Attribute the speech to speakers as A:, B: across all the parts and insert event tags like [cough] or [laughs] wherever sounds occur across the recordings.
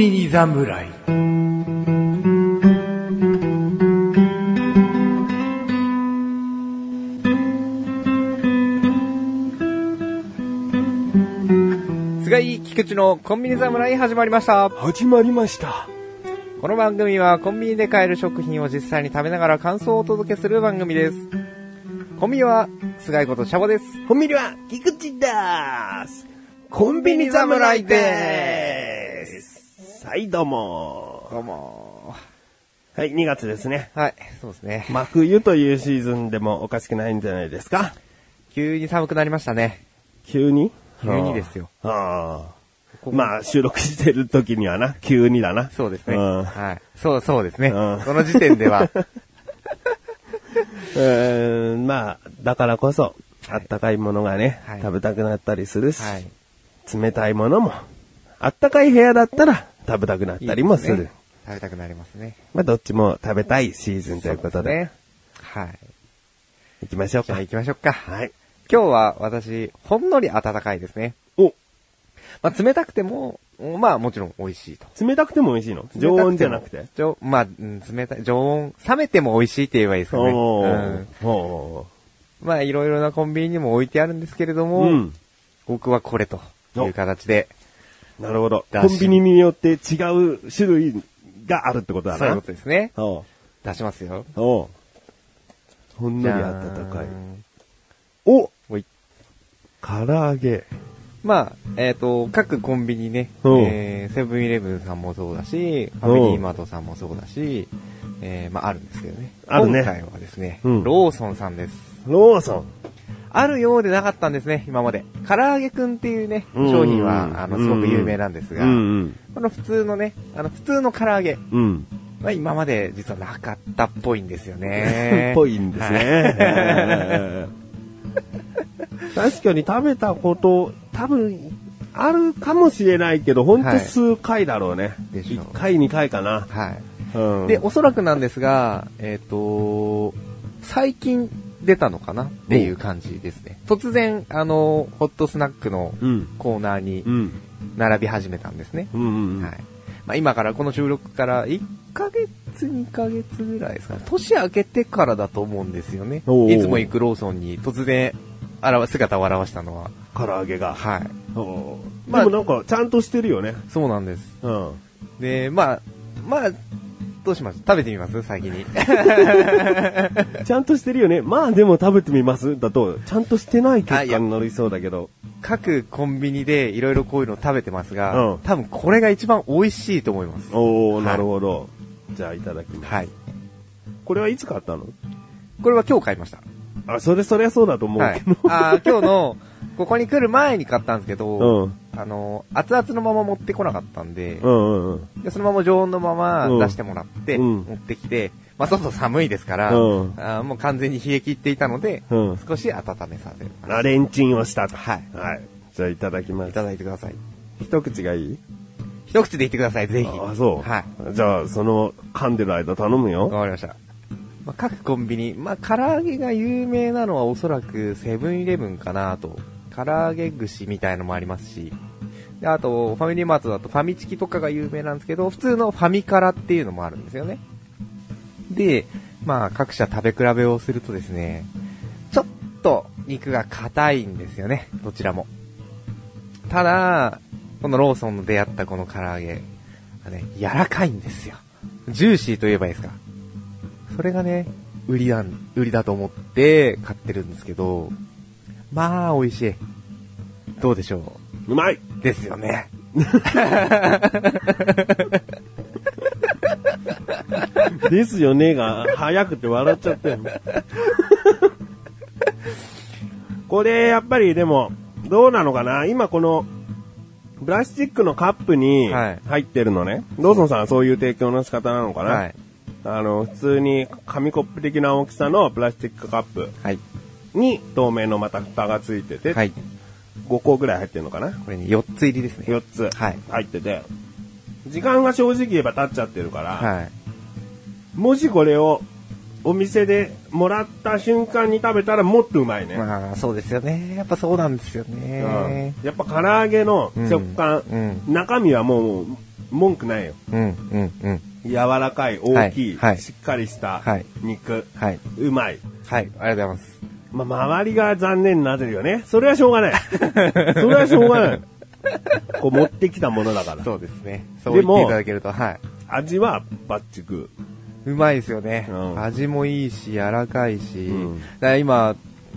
A: 侍
B: 菅井菊池のコンビニ侍始まりました。
C: 始まりました。
B: この番組はコンビニで買える食品を実際に食べながら感想をお届けする番組です。コンビニは菅井ことシャボです。
C: コンビニは菊池だーす。コンビニ侍でーす。はい、どうも
B: どうも
C: ー。はい、2月ですね。
B: はい、そうですね。
C: 真冬というシーズンでもおかしくないんじゃないですか
B: 急に寒くなりましたね。
C: 急に
B: 急にですよ。
C: あ
B: こ
C: あ。
B: こ
C: まあ、収録してる時にはな、急にだな。
B: そうですね。
C: ん
B: はい。そう、そうですね。
C: うん
B: その時点では、
C: うーん、まあ、だからこそ、あったかいものがね、
B: はい
C: 食べたくなったりするし、 [laughs]
B: はい
C: 冷たいものも、あったかい部屋だったら食べたくなったりもする。
B: いいでね食べたくなりますね。
C: まあ、どっちも食べたいシーズンということで、
B: ね。はい。
C: 行きましょう
B: じゃ
C: か。
B: あ
C: はい。
B: 行きましょうか。今日は私、ほんのり暖かいですね。
C: お、
B: まあ、冷たくても、まあもちろん美味しいと。
C: 冷たくても美味しいの常温じゃなくて。
B: 常まあ、うん冷たい、常温、冷めても美味しいって言えばいいですかね。
C: お
B: う
C: ー
B: ん、
C: お
B: まあ、いろいろなコンビニにも置いてあるんですけれど
C: ー
B: も、
C: うん。
B: 僕はこれという形で、
C: なるほど。コ
B: だし
C: ンビニによって違う種類があるってことだな。
B: そういうことですね。
C: おう
B: 出しますよ。
C: おうほん
B: じ
C: の
B: ゃ
C: り
B: あ
C: 暖かい。お
B: ほい
C: 唐揚げ。
B: まあ、えっ、と、各コンビニね、
C: うん
B: えーセブンイレブンさんもそうだし、ファミリーマートさんもそうだし、えー、まあ、あるんですけどね。
C: あるね
B: 今回はですね、
C: うん
B: ローソンさんです。
C: ローソン。
B: あるようでなかったんですね、今まで。唐揚げくんっていうね、商品
C: うん
B: は、あの、すごく有名なんですが、
C: うん
B: この普通のね、あの、普通の唐揚げ
C: うん。うん。
B: は今まで実はなかったっぽいんですよね
C: っ。 [laughs] ぽいんですね。
B: は
C: えー [laughs] 確かに食べたこと、多分、あるかもしれないけど、ほん
B: は
C: と
B: い
C: 数回だろうね。
B: でしょう
C: 1回、2回かな。
B: はい。
C: うん。
B: で、おそらくなんですが、えっ、と、最近出たのかなっていう感じですね。突然、あの、ホットスナックの
C: うん。
B: コーナーに
C: うん。
B: 並び始めたんですね。
C: うんうん。
B: はい。まあ今から、この収録から1ヶ月、2ヶ月ぐらいですかね。年明けてからだと思うんですよね。
C: おー
B: いつも行くローソンに突然、現姿を現したのは。
C: 唐揚げが。
B: はい。
C: おー
B: まあ
C: でもなんか、ちゃんとしてるよね。
B: そうなんです。
C: うん。
B: で、まあ、まあ、どうします食べてみます先に。
C: ちゃんとしてるよね。まあでも食べてみますだと、ちゃんとしてない
B: あい
C: 結
B: や
C: 果になりそうだけど。
B: [laughs] 各コンビニでいろいろこういうの食べてますが、
C: うん
B: 多分これが一番美味しいと思います。
C: おお
B: はい
C: なるほど。じゃあいただきます。
B: はい。
C: これはいつ買ったの
B: これは今日買いました。
C: あ、それそりゃそうだと思う
B: はい
C: けど。。
B: あー今日の、ここに来る前に買ったんですけど、
C: うん。
B: あの、熱々のまま持ってこなかったんで
C: う、んうんうん。
B: でそのまま常温のま
C: うん
B: ま出してもらって、
C: うん
B: 持ってきて、まあ、外寒いですから、
C: うん
B: あーもう完全に冷え切っていたので、
C: うん。
B: 少し温めさせる。
C: あ、レンチンをしたと。
B: はい。
C: はい。じゃあいただきま
B: い
C: す
B: た。だいてください。
C: 一口がいい
B: 一口で言ってください、ぜひ。
C: あ、そう。
B: はい。
C: じゃあ、その、噛んでる間頼むよ。
B: わかりました。まあ、各コンビニ、まあ、唐揚げが有名なのはおそらくセブンイレブンかなと。唐揚げ串みたいのもありますし。であと、ファミリーマートだとファミチキとかが有名なんですけど、普通のファミカラっていうのもあるんですよね。で、まあ、各社食べ比べをするとですね、ちょっと肉が硬いんですよね、どちらも。ただ、このローソンの出会ったこの唐揚げ、あね、柔らかいんですよ。ジューシーと言えばいいですか。それがね、売りなん、売りだと思って買ってるんですけど、まあ、美味しい。どうでしょ。
C: うまいう
B: ですよね。
C: ですよねが、早くて [laughs] 笑っちゃったよ。これ、やっぱりでも、どうなのかな今この、プラスチックのカップに
B: はい
C: 入ってるのね。ローソンさんはそういう提供の仕方なのかな、
B: はい。
C: あの、普通に紙コップ的な大きさのプラスチックカップ
B: はい。
C: に透明のまた蓋がついてて、
B: はい。
C: 5個ぐらい入ってるのかな
B: これね、4つ入りですね。
C: 4つ
B: はい
C: 入ってて、時間が正直言えば経っちゃってるから、
B: はい。
C: もしこれをお店でもらった瞬間に食べたらもっとうまいね、
B: まあ、そうですよね。やっぱそうなんですよね。
C: うんやっぱ唐揚げの食感、
B: うん
C: 中身はもう文句ないよ。
B: うん、うん、うん。
C: 柔らかい、大きい、
B: はいはい
C: しっかりした
B: はい
C: 肉、
B: はい。
C: うまい。
B: はい、ありがとうございます。
C: まあ、周りが残念になってるよね。それはしょうが
B: [laughs]
C: ない。それはしょうがない。こう持ってきたものだから。
B: そうですね。そう言っていただけると、はい。
C: 味はバッチグ
B: うまいですよね。
C: うん
B: 味もいいし、柔らかいし、
C: うん
B: だから今、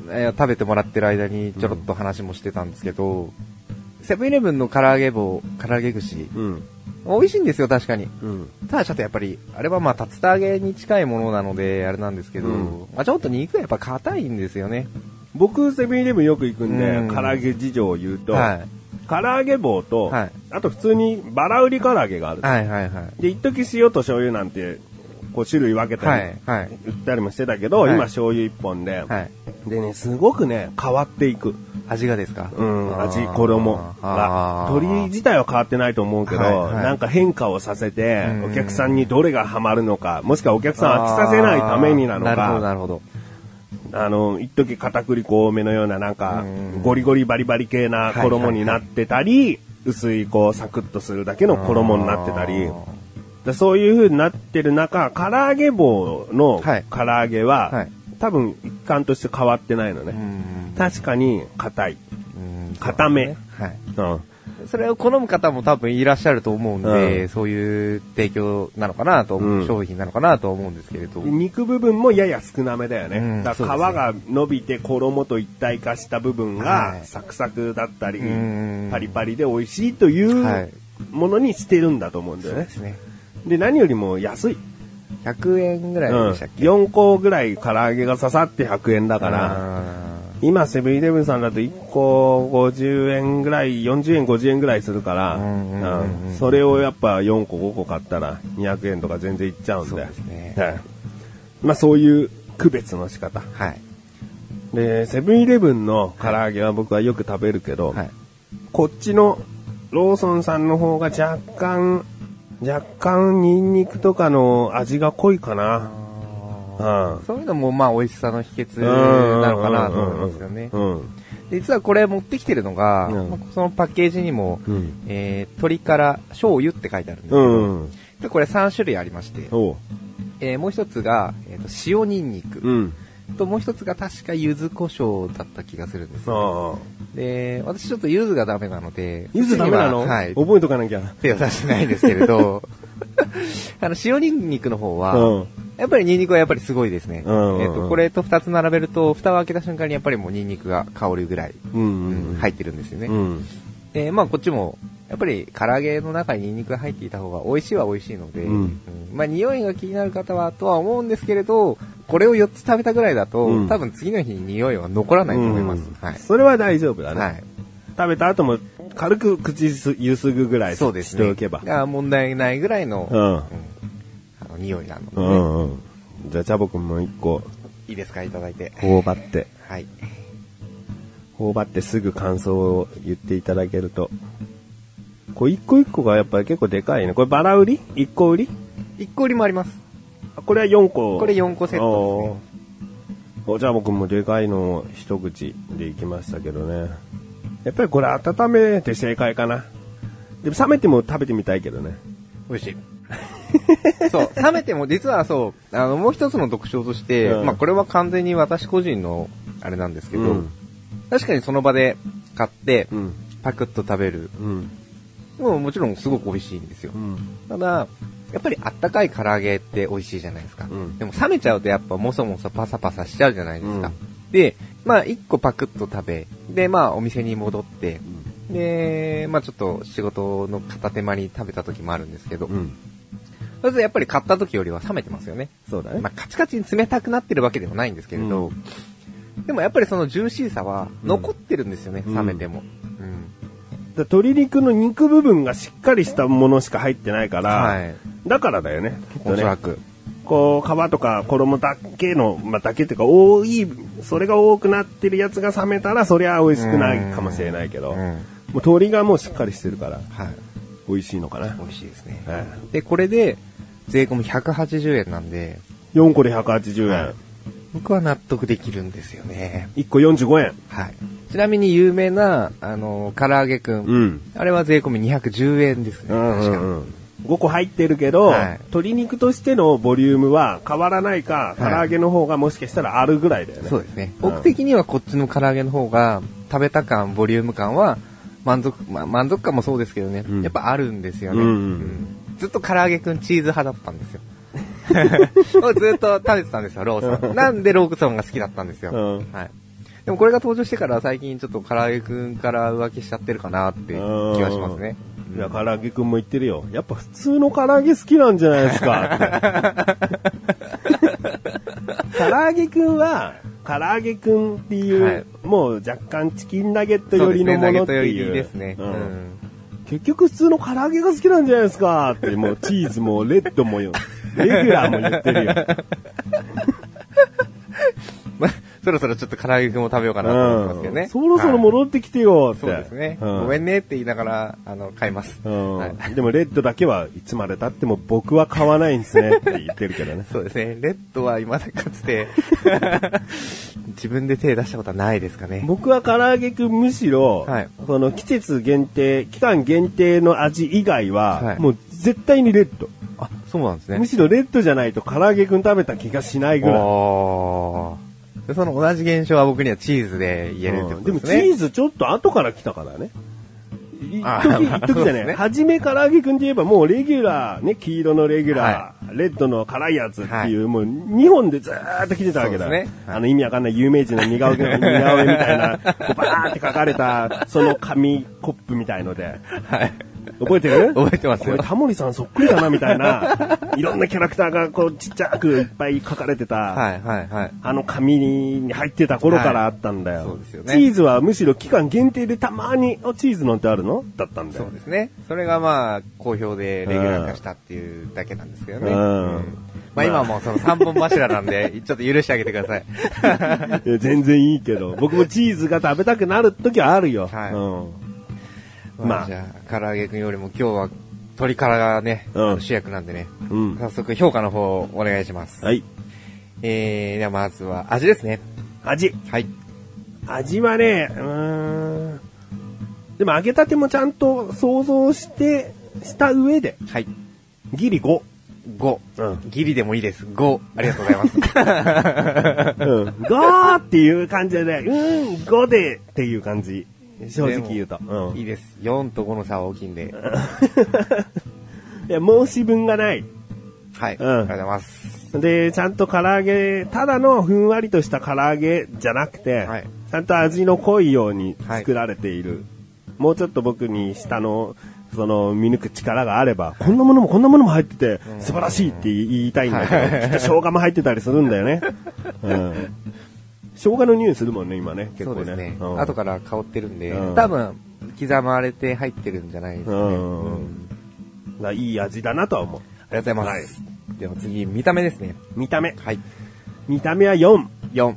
B: えー食べてもらってる間にちょろっと話もしてたんですけど、セブンイレブンの唐揚げ棒、唐揚げ串、
C: ー。うん。
B: 美味しいんですよ、確かに。
C: うん。
B: ただちょっとやっぱり、あれはまあ、竜田揚げに近いものなので、あれなんですけど、
C: うん
B: まあちょっと肉がやっぱ硬いんですよね。
C: 僕、セブンイレブンよく行くんで、
B: うん
C: 唐揚げ事情を言うと、
B: は
C: 唐揚げ棒と、
B: はい
C: あと普通にバラ売り唐揚げがある
B: い。。はいはいはい。
C: で、一時塩と醤油なんて、こう種類分け
B: は
C: たり
B: い、はい。
C: 売ったりもしてたけど、
B: はい
C: 今醤油一本で、
B: はい。
C: でね、すごくね、変わっていく。
B: 味がですか
C: うん、味、衣が。鳥自体は変わってないと思うけど、
B: はいはい
C: なんか変化をさせて
B: う、ん
C: お客さんにどれがハマるのか、もしくはお客さんを飽きさせないためになの
B: あーなるほど、
C: か、
B: なるほど。
C: あの、一時片栗粉多めのような、なんか
B: うん、
C: ゴリゴリバリバリ系な衣になってたり、薄い、こう、サクッとするだけの衣になってたり
B: あ、ー
C: だそういう風になってる中、唐揚げ棒の
B: はい
C: 唐揚げは、
B: はい
C: 多分一貫として変わってないの
B: う
C: ね。
B: ん
C: 確かに硬い。
B: うん
C: 固め
B: はい。
C: うん。
B: それを好む方も多分いらっしゃると思うんで、
C: うん
B: そういう提供なのかなと、
C: うん
B: 商品なのかなと思うんですけれど。
C: 肉部分もやや少なめだよね。
B: うん
C: だから皮が伸びて衣と一体化した部分
B: は
C: が
B: い
C: サクサクだったり、
B: うん
C: パリパリで美味しいとい
B: は
C: う
B: い
C: ものにしてるんだと思うんだ
B: そ
C: よ
B: う
C: ね
B: で。すね。
C: で、何よりも安い。
B: 100円ぐ
C: う
B: らい
C: ん、
B: でしたっけ、
C: 4個ぐらい唐揚げが刺さって100円だから、今セブンイレブンさんだと1個50円ぐらい、40円、50円ぐらいするから、
B: うんうんうんうん
C: うんそれをやっぱ4個、5個買ったら200円とか全然いっちゃうんで。
B: そうですね
C: はいまあそういう区別の仕方。
B: はい。
C: で、セブンイレブンの唐揚げは僕はよく食べるけど、
B: はい。
C: こっちのローソンさんの方が若干、若干ニンニクとかの味が濃いかな。うん。
B: そういうのもまあ美味しさの秘訣なのかなと思いますよね。
C: うんうん
B: で実はこれ持ってきてるのが、
C: うん
B: まあそのパッケージにも、
C: うん
B: えー、鶏から醤油って書いてあるんですけ
C: う
B: ど、
C: ん。うん。
B: でこれ3種類ありまして、
C: おう。
B: えーもう一つが、えー、と塩ニンニク、
C: うん。
B: ともう一つが確か柚子胡椒だった気がするんですよ、
C: ああ。
B: で私ちょっと柚子がダメなので
C: ゆずダメなの
B: 柚子にははい
C: 覚えとかなきゃ。
B: 手を出してないんですけれど [laughs] あの塩ニンニクの方は、
C: うん。
B: やっぱりニンニクはやっぱりすごいですね、
C: うんうんうん
B: えー、とこれと2つ並べると蓋を開けた瞬間にやっぱりもうニンニクが香るぐらい、
C: うん
B: うん入ってるんですよね、
C: うん。
B: で、まあこっちも、やっぱり唐揚げの中にニンニクが入っていた方が美味しいは美味しいので、
C: うん
B: うんまあ匂いが気になる方はとは思うんですけれど、これを4つ食べたぐらいだと、
C: うん
B: 多分次の日に匂いは残らないと思います。
C: うん
B: はい。
C: それは大丈夫だね。
B: はい。
C: 食べた後も軽く口ゆすぐぐらい
B: そうです
C: し
B: ね。
C: ておけば。
B: だから問題ないぐらいの、
C: う
B: うん
C: ん。
B: あの匂いなので、
C: う
B: ね
C: んうん。じゃあ、チャボくんも一個、
B: いいですか、いただいて。
C: 頬張って、
B: はい。
C: 頬張ってすぐ感想を言っていただけると。こう、一個一個がやっぱり結構でかいね。これバラ売り一個売り
B: 1個売りもあります。
C: あこれは4個。
B: これ4個セットですね。
C: おーおじゃあ僕もでかいのを一口でいきましたけどね。やっぱりこれ温めて正解かな。でも冷めても食べてみたいけどね。
B: 美味しい。 [laughs] そう、冷めても、実はそう、あの、もう一つの特徴として、
C: うん
B: まあ、これは完全に私個人の、あれなんですけど、
C: うん
B: 確かにその場で買って、
C: ん。
B: パクッと食べる。
C: うん。
B: もうもちろんすごく美味しいんですよ。
C: うん。
B: ただ、やっぱりあったかい唐揚げって美味しいじゃないですか。
C: うん
B: でも冷めちゃうとやっぱもそもそパサパサしちゃうじゃないですか。
C: うん
B: で、まあ、一個パクッと食べ、で、まあ、お店に戻って、で、まあ、ちょっと仕事の片手間に食べた時もあるんですけど、
C: うん。
B: まずやっぱり買った時よりは冷めてますよね。
C: そうだね。
B: まあ、カチカチに冷たくなってるわけではないんですけれど、でもやっぱりそのジューシーさは残ってるんですよね、
C: うん
B: 冷めても。
C: だから鶏肉の肉部分がしっかりしたものしか入ってないから、
B: はい
C: だからだよね、きっと
B: おそら
C: ね。
B: く。
C: こう、皮とか衣だけの、まあ、だけっていうか、多い、それが多くなってるやつが冷めたら、そりゃ美味しくないかもしれないけど、
B: うん
C: もう鶏がもうしっかりしてるから、
B: はい。
C: 美味しいのかな。
B: 美味しいですね。
C: え
B: で、これで、税込み180円なんで、
C: え4個で180円、
B: 僕は納得できるんですよね。
C: 1個45円。
B: はい。ちなみに有名な、あの、唐揚げくん。
C: うん。
B: あれは税込み210円ですね。
C: うんう
B: 確か
C: んうん。 5個入ってるけど、
B: はい
C: 鶏肉としてのボリュームは変わらないか、唐
B: はい
C: 揚げの方がもしかしたらあるぐらいだよね。
B: そうですね。
C: うん
B: 僕的にはこっちの唐揚げの方が、食べた感、ボリューム感は、満足、まあ、満足感もそうですけどね、
C: ん
B: やっぱあるんですよね、
C: うんうんうん
B: ずっと唐揚げくんチーズ派だったん
C: [laughs]
B: ですよ。ずっと食べてたんですよ、ローソン。なんでローソンが好きだったんですよ。
C: うん
B: はい。でもこれが登場してから最近ちょっと唐揚げくんから浮気しちゃってるかなって気がしますね。
C: いや、唐揚げくんも言ってるよ。やっぱ普通の唐揚げ好きなんじゃないですか
B: [laughs]
C: って。唐揚げくんは、唐揚げくんっていう、
B: はい
C: もう若干チキンナゲット
B: そうで
C: 寄り
B: す
C: の
B: ね、
C: も
B: ナゲ
C: のっ
B: ッ
C: て
B: トよ
C: い
B: り
C: う。
B: ですね。
C: う
B: うんん。 [laughs]
C: 結局普通の唐揚げが好きなんじゃないですかって、もうチーズもレッドもよ、レギュラーも言って
B: [laughs]
C: るよ。
B: まあ、そろそろちょっと唐揚げくんも食べようかなと思ってますけどね。
C: うんそろそろ戻ってきてよって。
B: そうですね。
C: うん
B: ごめんねって言いながら、あの、買います。
C: うん
B: はい。
C: でもレッドだけはいつまで経っても僕は買わないんですねって言ってるけどね
B: そうですね。レッドは未だかつ [laughs] て、自分で手出したことはないですかね。
C: [laughs] 僕は唐揚げくんむしろ、
B: はい
C: この季節限定、期間限定の味以外は、
B: はい
C: もう絶対にレッド。
B: あ、そうなんです
C: む
B: ね。
C: しろレッドじゃないと唐揚げくん食べた気がしないぐ
B: あ
C: らい。
B: ーでその同じ現象は僕にはチーズで言えるって
C: う
B: こ
C: ん
B: と
C: で
B: で
C: も
B: す
C: チ
B: ね。
C: ーズちょっと後から来たからね。い一
B: あ
C: 時、
B: まあ
C: 一時じ
B: そうで
C: ゃな
B: す
C: い。
B: ね
C: 初め唐揚げくんって言えばもうレギュラー、ね、黄色のレギュラー、レッドの辛いやつっていう、もう2本でずーっと来てたわけだ。
B: そうですねはい
C: あの意味わかんない有名人の似顔絵似顔絵みたい
B: [laughs]
C: な、こうバーって書かれた、その紙コップみたいので。
B: はい。
C: 覚えてる
B: 覚えてます
C: これ
B: よ。
C: タモリさんそっくりだなみたいな、いろんなキャラクターがこうちっちゃくいっぱい書かれてた、
B: はい、はい、はい。
C: あの紙に入ってた頃からあったんだよ。
B: はいそうですよね
C: チーズはむしろ期間限定でたまに、あ、チーズなんてあるのだったんだ
B: そ
C: よ
B: う。ですね。それがまあ、好評でレギュラー化したっていうだけなんですけどね。
C: うん
B: まあ今はもうその3本柱なんで、ちょっと許してあげてください。
C: いや全然いいけど、僕もチーズが食べたくなる時はあるよ。
B: はい
C: うんま
B: ま
C: あ
B: あ、じゃあ、唐揚げくんよりも今日は鶏からがね、
C: うん
B: 主役なんでね、
C: うん
B: 早速評価の方をお願いします。
C: はい。
B: えー、ではまずは味ですね。
C: 味。
B: はい。
C: 味はね、うーん。でも揚げたてもちゃんと想像して、した上で、
B: はい。
C: ギリ5。
B: 5。
C: うん
B: ギリでもいいです。5。ありがとうございます。
C: うん、5っ
B: [laughs]
C: ていう感じでね、うん、5でっていう感じ。 [laughs] 正直言うと。うん
B: いいです。4と5の差は大きいんで。
C: いや、申し分がない。
B: はい。
C: うん
B: ありがとうございます。
C: で、ちゃんと唐揚げ、ただのふんわりとした唐揚げじゃなくて、
B: はい
C: ちゃんと味の濃いように作られている。もうちょっと僕に下の、その、見抜く力があれば、こんなものもこんなものも入ってて、素晴らしいって言いたいんだけど、きっと生姜も入ってたりするんだ
B: [laughs]
C: よね。うん。生姜の匂いするもんね、今ね、結
B: そう
C: 構ね。
B: ですね。
C: うん
B: 後から香ってるんで、
C: うん
B: 多分、刻まれて入ってるんじゃないですかね。
C: うん
B: うん
C: だからいい味だなとは思う。
B: ありがとうございます。では次、見た目ですね。
C: 見た目。
B: はい。
C: 見た目は4。
B: 4。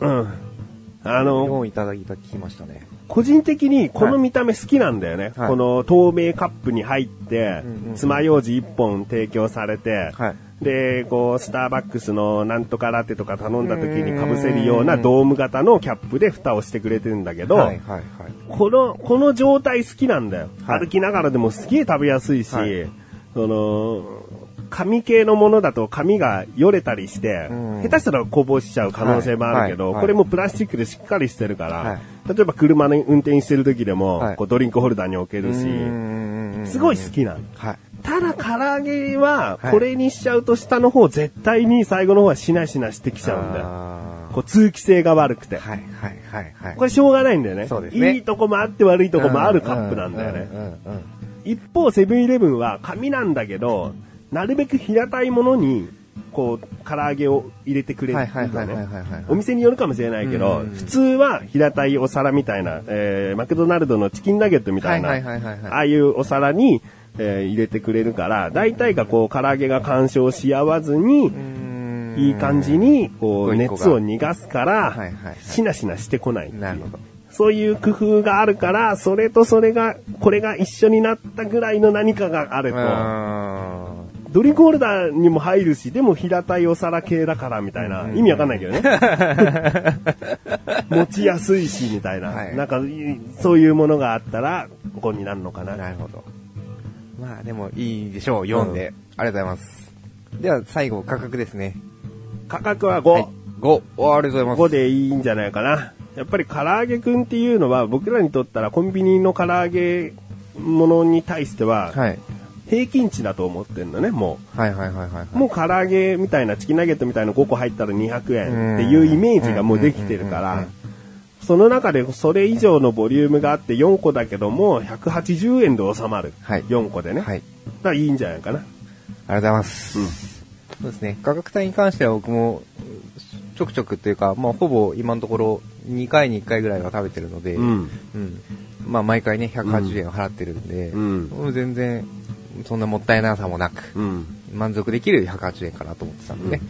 C: うん。あの、
B: 4いただきたきましたね。
C: 個人的にこの見た目好きなんだよね。
B: はい
C: この透明カップに入って
B: うんう、ん
C: 爪楊枝1本提供されて、
B: はい
C: で、こう、スターバックスのなんとかラテとか頼んだ時に被せるようなドーム型のキャップで蓋をしてくれてるんだけど、
B: はいはいはい。
C: この、この状態好きなんだよ。
B: はい
C: 歩きながらでもすげえ食べやすいし、
B: はい
C: その、紙系のものだと紙がよれたりして、
B: うん
C: 下手したらこぼしちゃう可能性もあるけど、
B: はいはい
C: これもプラスチックでしっかりしてるから、
B: は
C: 例えば車に運転してる時でも、
B: はい
C: こうドリンクホルダーに置けるし、すごい好きなの。
B: はい。
C: ただ唐揚げは、
B: はい
C: これにしちゃうと下の方絶対に最後の方はしなしなしてきちゃうんだよ。
B: あ
C: こう通気性が悪くて。
B: ーはいはいはいはい。
C: これしょうがないんだよね。
B: そうですね
C: いいとこもあって悪いとこもあるカップなんだよね。
B: うんうんうんうん
C: 一方、セブンイレブンは紙なんだけど、なるべく平たいものに、こう、唐揚げを入れてくれるんだ
B: はいはいはいはいはいはい
C: ね。お店によるかもしれないけ
B: う
C: ど、
B: ん
C: 普通は平たいお皿みたいな、えーマクドナルドのチキンナゲットみたいな、
B: はいはいはいはいはい
C: ああいうお皿に、えー入れてくれるから、大体がこう、唐揚げが干渉し合わずに、
B: うん。
C: いい感じに、こう、
B: 一個一個が
C: 熱を逃がすから、
B: はいはいはい
C: しなしなしてこないっていう
B: なるほど
C: そういう工夫があるから、それとそれが、これが一緒になったぐらいの何かがある
B: う
C: と、
B: ーん
C: ドリンクホルダーにも入るし、でも平たいお皿系だからみたいな、意味わかんないけどね。 [laughs]
B: [laughs]
C: 持ちやすいし、みたいな。
B: はい
C: なんか、いそういうものがあったら、ここになるのかな。
B: なるほど。まあでもいいでしょう、4で。ありがとうございます。では最後、価格ですね。
C: 価格は5。
B: はい。5。おありがとうございま
C: 5でいいんじゃないかな。やっぱり唐揚げくんっていうのは僕らにとったらコンビニの唐揚げものに対しては
B: す。はい。
C: 平均値だと思ってんのね、も
B: はいはいはいはいは
C: う。
B: い。
C: もう唐揚げみたいなチキンナゲットみたいな5個入ったら200円っていうイメージがもうできてる
B: うん
C: か
B: うんうん
C: ら、その中でそれ以上のボリュームがあって4個だけども180円で収まる。
B: はい
C: 4個でね。
B: はい。
C: だからいいんじゃないかな。
B: ありがとうございます。そうですね。価格帯に関しては僕も、ちょくちょくというか、まあほぼ今のところ2回に1回ぐらいは食べてるので、
C: うん。
B: うんまあ毎回ね、180円を払ってるんで、
C: うん
B: もう全然、そんなもったいなさもなく、
C: うん。
B: 満足できる180円かなと思ってたんでね。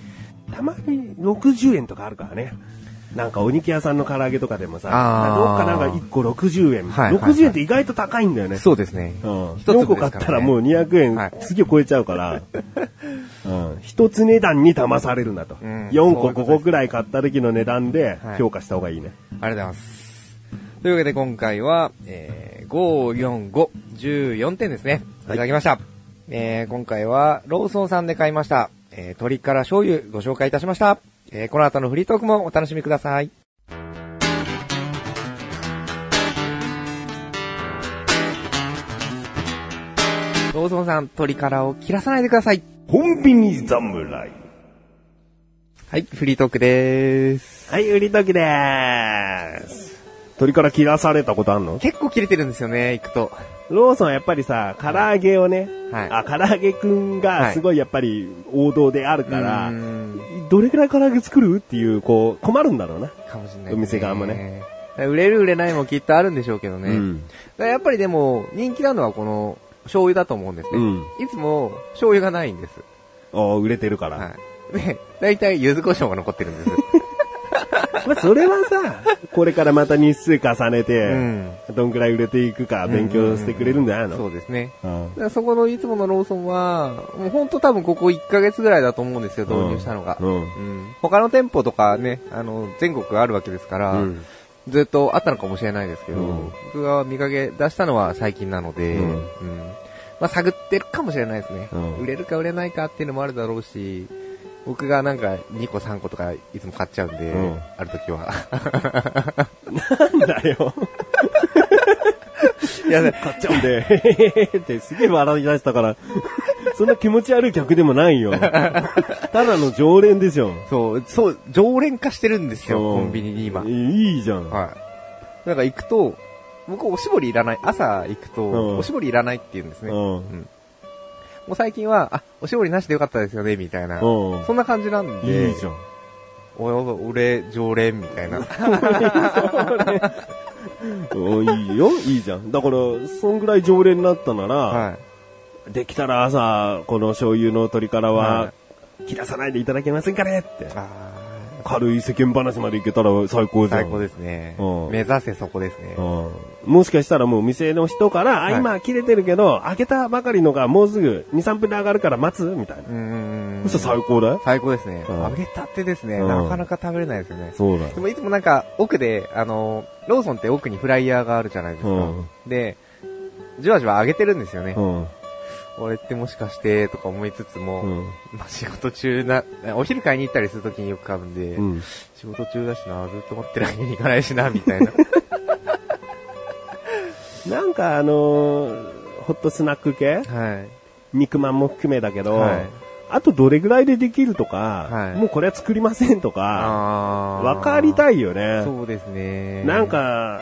C: たまに60円とかあるからね。なんかお肉屋さんの唐揚げとかでもさ、
B: あー
C: どっかなんか1個60円。
B: はいはいはい
C: 60円って意外と高いんだよね。
B: そうですね。
C: うん。
B: 一粒
C: 4個買ったらもう200円、
B: はい
C: 次を超えちゃう
B: [laughs]
C: から、うん。一つ値段に騙されるなと。
B: うん
C: 4
B: そう
C: 個
B: いうこと
C: 5
B: です
C: 個くらい買った時の値段で
B: はい
C: 評価した方がいいね。
B: ありがとうございます。というわけで今回は、えー、5、4、5、14点ですね。い
C: はい
B: ただきました。えー、今回はローソンさんで買いました。えー、鶏から醤油ご紹介いたしました。えー、この後のフリートークもお楽しみください。ローソンさん、鶏からを切らさないでください。
C: コンビニ侍。
B: はい、フリートークでーす。
C: はい、売り時でーす。鳥から切らされたことあんの
B: 結構切れてるんですよね、行くと。
C: ローソンはやっぱりさ、唐揚げをね、
B: はい
C: あ、唐揚げくんがすごいやっぱり王道であるから、
B: うーん
C: どれくらい唐揚げ作るっていう、こう、困るんだろうな。
B: かもしれない、
C: お店側もね。
B: 売れる売れないもきっとあるんでしょうけどね。
C: うん
B: だからやっぱりでも、人気なのはこの、醤油だと思うんですね。
C: うん
B: いつも、醤油がないんです。
C: あ売れてるから。
B: はい。で、大体、柚子胡椒が残ってるん
C: [laughs]
B: です。
C: まあ、それはさ、これからまた日数重ねて、
B: うん
C: どんくらい売れていくか勉強してくれるんじゃないの、
B: そうですね。
C: うん
B: だからそこのいつものローソンは、もうほんと多分ここ1ヶ月ぐらいだと思うんですよ、導入したのが。
C: うん
B: うん他の店舗とかね、あの、全国あるわけですから、
C: うん
B: ずっとあったのかもしれないですけど、
C: うん
B: 僕が見かけ出したのは最近なので、
C: うん
B: うんまあ探ってるかもしれないですね、
C: うん
B: 売れるか売れないかっていうのもあるだろうし、僕がなんか2個3個とかいつも買っちゃうんで、
C: うん
B: ある時
C: [laughs]
B: は。
C: なんだよ。
B: いや、
C: 買っちゃうんで、へへへへってすげえ笑い出したから、 [laughs] そんな気持ち悪い客でもないよ。ただの常連でしょ。
B: そう、そう、常連化してるんですよ、
C: うん
B: コンビニに今。はい。
C: いいじゃん。
B: なんか行くと、僕おしぼりいらない、朝行くと、
C: ん
B: おしぼりいらないって言うんです
C: う
B: ね。
C: ん。
B: もう最近は、あ、おしぼりなしでよかったですよね、みたいな。
C: うん
B: そんな感じなんで、
C: いいじゃん。
B: おや俺、常連、みたいな。
C: うんいいよ、いいじゃん。だから、そんぐらい常連になったなら、
B: は
C: できたら朝、この醤油の鶏から
B: は
C: は、切らさないでいただけませんかねって
B: い。。あ
C: 軽い世間話までいけたら最高
B: ー
C: じゃん。
B: 最高ですね
C: う。ん
B: 目指せそこですね。
C: うんもしかしたらもう店の人から、
B: はい
C: あ、今切れてるけど、開けたばかりのがもうすぐ2、3分で上がるから待つみたいな
B: う。ん。
C: そしたら最高だよ。
B: 最高ですね。
C: うん
B: 揚げたてですね。
C: うん
B: なかなか食べれないですよね。
C: そうだ
B: でもいつもなんか、奥で、あの、ローソンって奥にフライヤーがあるじゃないですか
C: うん。
B: で、じわじわ揚げてるんですよね。
C: うん。
B: 俺ってもしかして、とか思いつつも、
C: うん
B: まあ仕事中な、お昼買いに行ったりするときによく買うんで、
C: うん。
B: 仕事中だしな、ずっと待ってるわけにいかないしな、み
C: [laughs]
B: たいな。
C: なんかあのーホットスナック系
B: はい。
C: 肉まんも含めだけど、
B: はい
C: あとどれぐらいでできるとか、
B: はい
C: もうこれは作りませんとか、
B: あ
C: わかり
B: い。
C: たいよね。
B: そうですね。
C: なん、か、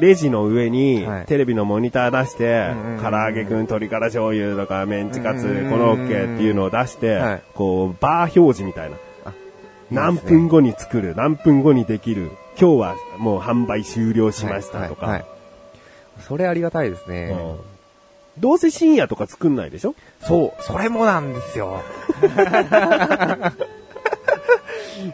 C: レジの上に
B: はい
C: テレビのモニター出して
B: うんうんうん、
C: 唐揚げくん、鶏から醤油とか、メンチカツ、
B: う
C: コ
B: んうんうん
C: ロッケっていうのを出し
B: は
C: て
B: い、
C: こう、バー表示みたいな。何
B: いいですね
C: 分後に作る、何分後にできる、今日はもう販売終了しましたと
B: はいはい
C: か
B: は。いそれありがたいですね。
C: うんどうせ深夜とか作んないでしょ
B: そう、それもなんですよ。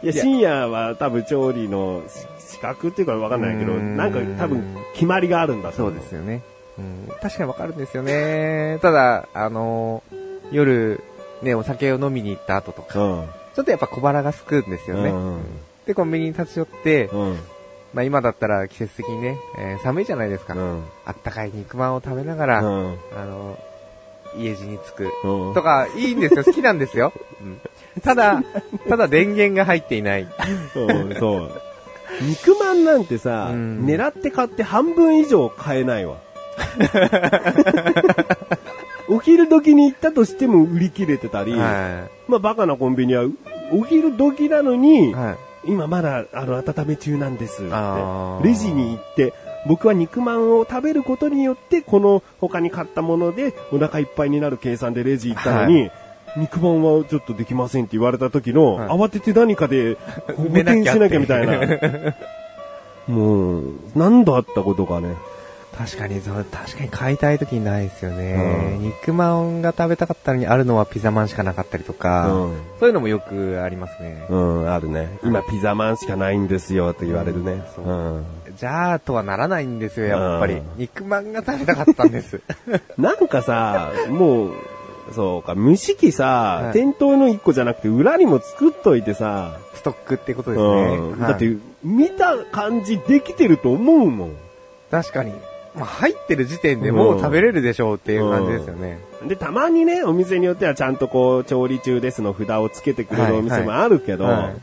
C: いや、深夜は多分調理の資格っていうかわかんないけど、
B: うん
C: なんか多分決まりがあるんだと
B: そ
C: 思
B: うですよね。うん、確かにわかるんですよね。ただ、あの夜、ね、お酒を飲みに行った後とか、
C: うん。
B: ちょっとやっぱ小腹がすくんですよね。
C: うんうん
B: で、コンビニに立ち寄って、
C: うん。
B: まあ今だったら季節的にね、えー寒いじゃないですか。
C: うん
B: あったかい肉まんを食べながら、
C: うん
B: あの家路につく。
C: うん
B: とか、いいんですよ。好きなんですよ。うんただ、ただ電源が入っていない。
C: うんそう。肉まんなんてさ、
B: うん
C: 狙って買って半分以上買えないわ。 [laughs] お昼時に行ったとしても売り切れてたり、
B: は
C: まあバカなコンビニは、お昼時なのに、
B: い。はい。
C: 今まだあの温め中なんですって
B: あー
C: レジに行って僕は肉まんを食べることによってこの他に買ったものでお腹いっぱいになる計算でレジ行ったのに、肉まんはちょっとできませんって言われた時の、
B: はい
C: 慌てて何かで補
B: 埋めな
C: 填
B: きゃっ
C: してなきゃみたいな [laughs] もう何度あったことかね
B: 確かに、そう、確かに買いたい時にないですよね。
C: うん
B: 肉まんが食べたかったのにあるのはピザまんしかなかったりとか、
C: うん
B: そういうのもよくありますね。
C: うんあるね今ピザまんしかないんですよって言われるね、
B: そう
C: うん
B: じゃあとはならないんですよ、やっぱり。
C: うん
B: 肉まんが食べたかったんです。 [laughs]
C: なんかさ、もう、そうか、蒸し器さ、
B: はい
C: 店頭の一個じゃなくて裏にも作っといてさ、
B: ストックってことですね。
C: うん
B: はい
C: だって、見た感じできてると思うもん。
B: 確かに。まあ、入ってる時点でもう食べれるでしょうっていう感じですよね。
C: で、たまにね、お店によってはちゃんとこう、調理中ですの札をつけてくれ
B: はい
C: るお店もあるけど、
B: はい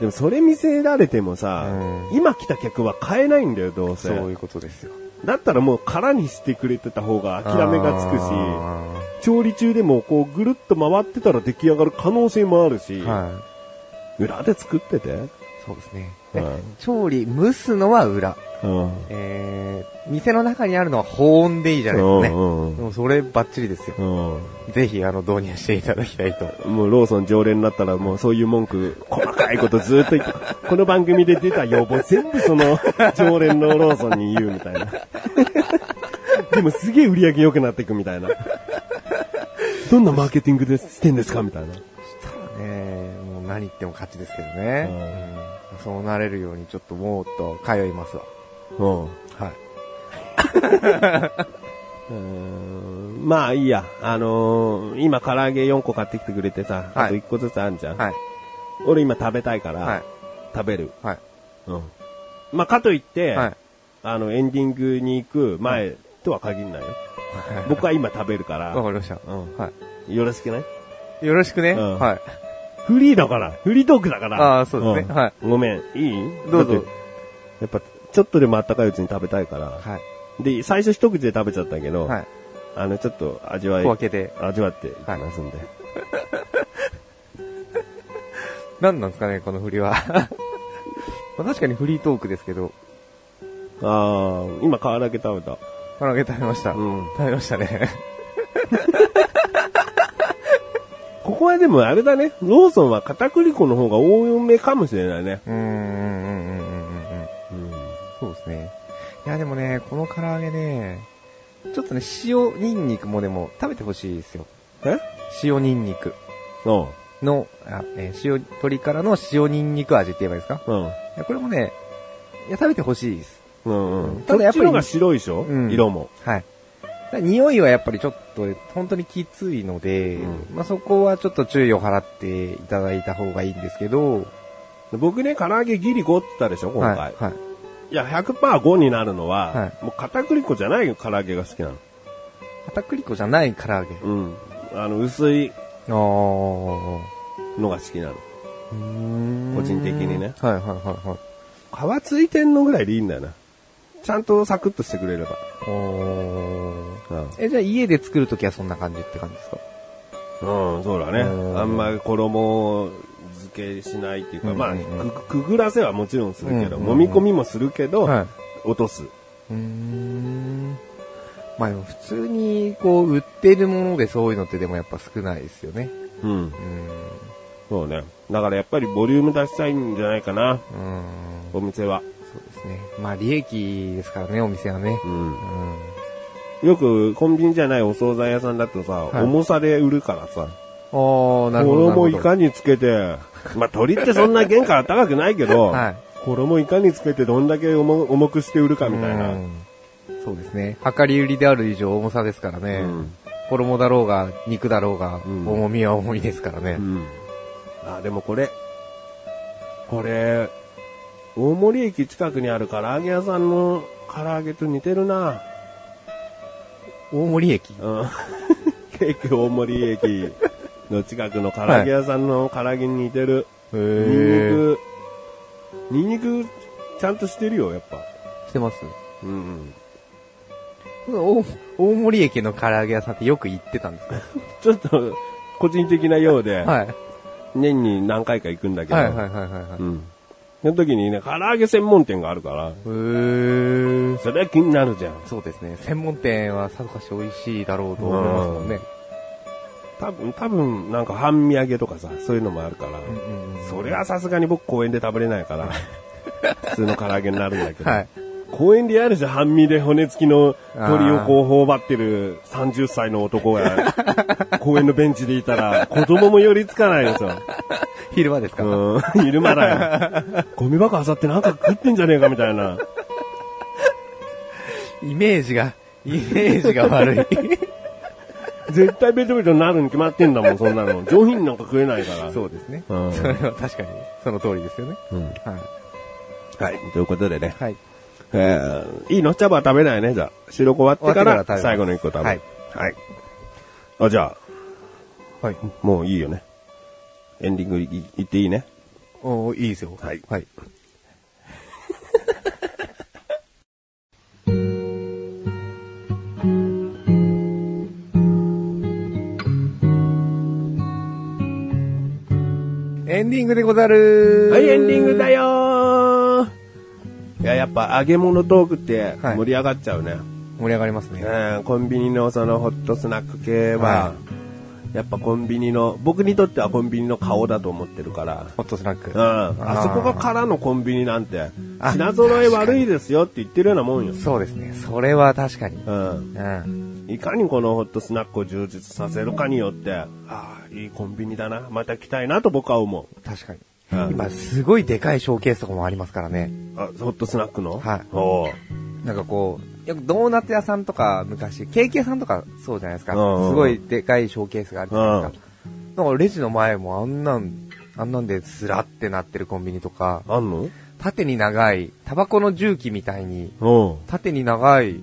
C: でもそれ見せられてもさ、
B: う
C: 今来た客は買えないんだよ、どうせ。
B: そういうことですよ。
C: だったらもう空にしてくれてた方が諦めがつくし、
B: あ
C: 調理中でもこうぐるっと回ってたら出来上がる可能性もあるし、
B: ーはい。
C: 裏で作ってて、
B: そうですね。
C: はい
B: 調理、蒸すのは裏。
C: うん
B: えー、店の中にあるのは保温でいいじゃないですかね。
C: うん
B: でもそれバッチリですよ。
C: うんうん
B: ぜひ、あの、導入していただきたいと。
C: もうローソン常連になったらもうそういう文句、細かいことずっと言って、 [laughs] この番組で出た要望全部その常連のローソンに言うみたいな。 [laughs] でもすげえ売り上げ良くなっていくみたいな。どんなマーケティングでしてんですかみたいな。
B: したらね、もう何言っても勝ちですけどね。うんそうなれるようにちょっともっと通いますわ。
C: うん
B: はい。
C: うーんまあいいや。あのー今唐揚げ4個買ってきてくれてさ、
B: はい
C: あと1個ずつあんじゃん。
B: はい。
C: 俺今食べたいから、
B: はい。
C: 食べる。
B: はい。
C: うん。まあかといって、
B: はい。
C: あの、エンディングに行く前とは限らないよ。僕は今食べるか、
B: わからりました。
C: うん
B: は
C: よろしくね。
B: い。よろしくね。
C: うん
B: はい。
C: フリーだから、フリートークだから。
B: ああそうですね
C: ん
B: はい
C: ごめん、いい
B: どうぞ
C: だってやっぱ、ちょっとでもあったかいうちに食べたいから。
B: はい。
C: で、最初一口で食べちゃったけど、
B: はい。
C: あの、ちょっと味わい、
B: 小分けで。
C: 味わっていきますんで。
B: 何なんですかね、この振りは。 [laughs] まあ確かにフリートークですけど、
C: ああ、今唐揚げ食べた。
B: 唐揚げ食べました。
C: うん
B: 食べましたね。
C: ここはでもあれだね、ローソンは片栗粉の方が多めかもしれないね。
B: うーん、うん、うん、うん、うんうん。そうですね。いや、でもね、この唐揚げね、ちょっとね、塩ニンニクもでも食べてほしいですよ。
C: え
B: 塩ニンニク
C: うん。
B: の、あえー塩、鶏からの塩ニンニク味って言えばいいですか
C: うん。
B: いや、これもね、いや、食べてほしいです。
C: うんうん。
B: ただやっぱり
C: そちの方が白いでしょ、
B: うん
C: 色も。
B: はい。だ匂いはやっぱりちょっと、本当にきついので、
C: う
B: まあ、そこはちょっと注意を払っていただいた方がいいんですけど、
C: 僕ね、唐揚げギリ5って言ったでしょ、今回。
B: はい。
C: い、
B: はい。
C: や、100%5 になるのは、
B: は
C: もう片栗粉じゃない唐揚げが好きなの。
B: 片栗粉じゃない唐揚げ。
C: うん。あの、薄い
B: あー
C: のが好きなの。
B: うーん
C: 個人的にね
B: はいはいはいはい。
C: 皮ついてんのぐらいでいいんだよな。ちゃんとサクッとしてくれれば。
B: お
C: うん
B: え、じゃあ家で作るときはそんな感じって感じですか
C: うん、そうだね。
B: うん
C: あんまり衣付けしないっていうか、
B: うん
C: まあ
B: うん
C: く、くぐらせはもちろんするけど、
B: うん
C: 揉み込みもするけど、
B: はい
C: 落とす。
B: うーん。まあでも普通にこう売ってるものでそういうのってでもやっぱ少ないですよね。
C: うん
B: う。ん。
C: そうね。だからやっぱりボリューム出したいんじゃないかな、
B: うん。
C: お店は。
B: そうですね。まあ利益ですからね、お店はね。
C: うん
B: う。ん。
C: よくコンビニじゃないお惣菜屋さんだとさ、
B: はい
C: 重さで売るからさ、
B: おー、なるほど。
C: 衣い
B: なるほど
C: かにつけて、まあ、鳥ってそんな原価高くないけど、
B: はい
C: 衣いかにつけてどんだけ重重くして売るかみたいな。
B: う
C: うん
B: んそうですね。量り売りである以上重さですからね。
C: うん
B: 衣だろうが、肉だろうが、
C: うん
B: 重みは重いですからね。
C: あ、でもこれ、これ、大森駅近くにある唐揚げ屋さんの唐揚げと似てるな。
B: 大盛り駅
C: うん。駅、大森駅の近くの唐揚げ屋さんの唐揚げに似てる。
B: へ
C: ニン
B: ー。
C: ニク、ニンニクちゃんとしてるよ、やっぱ。
B: してます
C: うんうん。
B: 大大森駅の唐揚げ屋さんってよく行ってたんですか
C: ちょっと、個人的なようで、
B: はい。
C: 年に何回か行くんだけど、
B: はいはいはいはいはい。
C: うん。その時にね、唐揚げ専門店があるから、
B: へー。
C: それは気になるじゃん。
B: そうですね。専門店はさぞかし美味しいだろうと思いますもんね。
C: 多分、多分、なんか半身揚げとかさ、そういうのもあるから、
B: うんうん
C: それはさすがに僕公園で食べれな
B: [laughs]
C: いから、普通の唐揚げになるんだけど、
B: はい。
C: 公園でやるじゃん、半身で骨付きの鳥をこう頬張ってる30歳の男が、公園のベンチでいたら、子供も寄りつかないでしょ。
B: 昼間ですか、
C: うん、昼間だよ。ゴミ箱漁ってなんか食ってんじゃねえかみたいな。
B: イメージが、イメージが悪い。
C: 絶対ベトベトになるに決まってんだもん、そんなの。上品なんか食えないか
B: [laughs]
C: ら。
B: そうですね。
C: うん
B: それは確かに、その通りですよね。
C: うん
B: は
C: はい、ということでね。
B: い。はい。
C: えー、いいの茶葉は食べないね、じゃあ。白子割ってか
B: 終わっ
C: ら
B: てから食べます
C: 最後の一個食べる。
B: はい。
C: はい。あ、じゃ
B: はい。
C: あ、もういいよね。エンディングいいっていいね。
B: おーいいですよ。
C: はい
B: はい。エンディングでござる
C: はい、エンディングだよーいや、やっぱ揚げ物トークって
B: はい
C: 盛り上がっちゃうね。
B: 盛り上がりますね。
C: うん、コンビニのそのホットスナック系は
B: は、
C: やっぱコンビニの、僕にとってはコンビニの顔だと思ってるから、
B: ホットスナック。
C: うん、あそこが
B: あ
C: 空のコンビニなんて、
B: あ
C: 品揃え悪いですよって言ってるようなもんよ
B: ー。そうですね。それは確かに。
C: うん、
B: うん。
C: いかにこのホットスナックを充実させるかによって、ああ、いいコンビニだな、また来たいなと僕は思う。
B: 確かに
C: うん。
B: 今、すごいでかいショーケースとかもありますからね。
C: あホットスナックの
B: はい
C: おう
B: なんかこう、よくドーナツ屋さんとか昔、ケーキ屋さんとかそうじゃないですか。
C: うんうん
B: すごいでかいショーケースがあるじゃないですか。だからレジの前もあんなん、あんなんでスラってなってるコンビニとか、
C: あんの
B: 縦に長い、タバコの重機みたいに、
C: うん。
B: 縦に長い、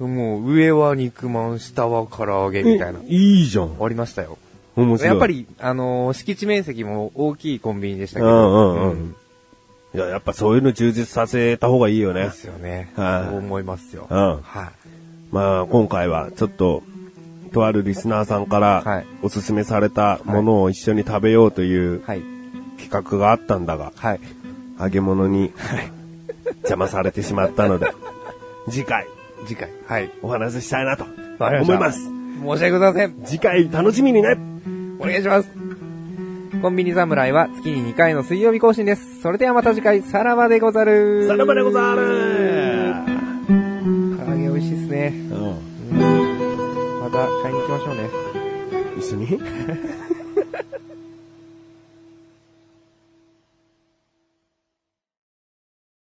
B: もう上は肉まん、下は唐揚げみたいな
C: え、いいじゃん。
B: ありましたよ。
C: 面白い。
B: やっぱり、あのー敷地面積も大きいコンビニでしたけ
C: う
B: ど、
C: んうんう
B: うん
C: ん。いや、やっぱそういうの充実させた方がいいよね
B: で。すよね。
C: はい
B: そう思いますよ。
C: う
B: は
C: ん
B: い。
C: まあ、今回はちょっと、とあるリスナーさんか
B: は
C: ら
B: い、
C: おすすめされたものを一緒に食べようという
B: はい。
C: 企画があったんだが、
B: はい。
C: 揚げ物に邪魔されてしまったの
B: [laughs]
C: で、次回
B: 次回。はい。
C: お話ししたいなと
B: わかり
C: 思い
B: まし
C: ま
B: た
C: す。
B: 申し訳ございません。
C: 次回楽しみにね
B: お願いします。コンビニ侍は月に2回の水曜日更新です。それではまた次回、さらばでござる。
C: さらばでござる
B: 唐揚げ美味しいですね。
C: うん
B: また買いに行きましょうね。
C: 一緒に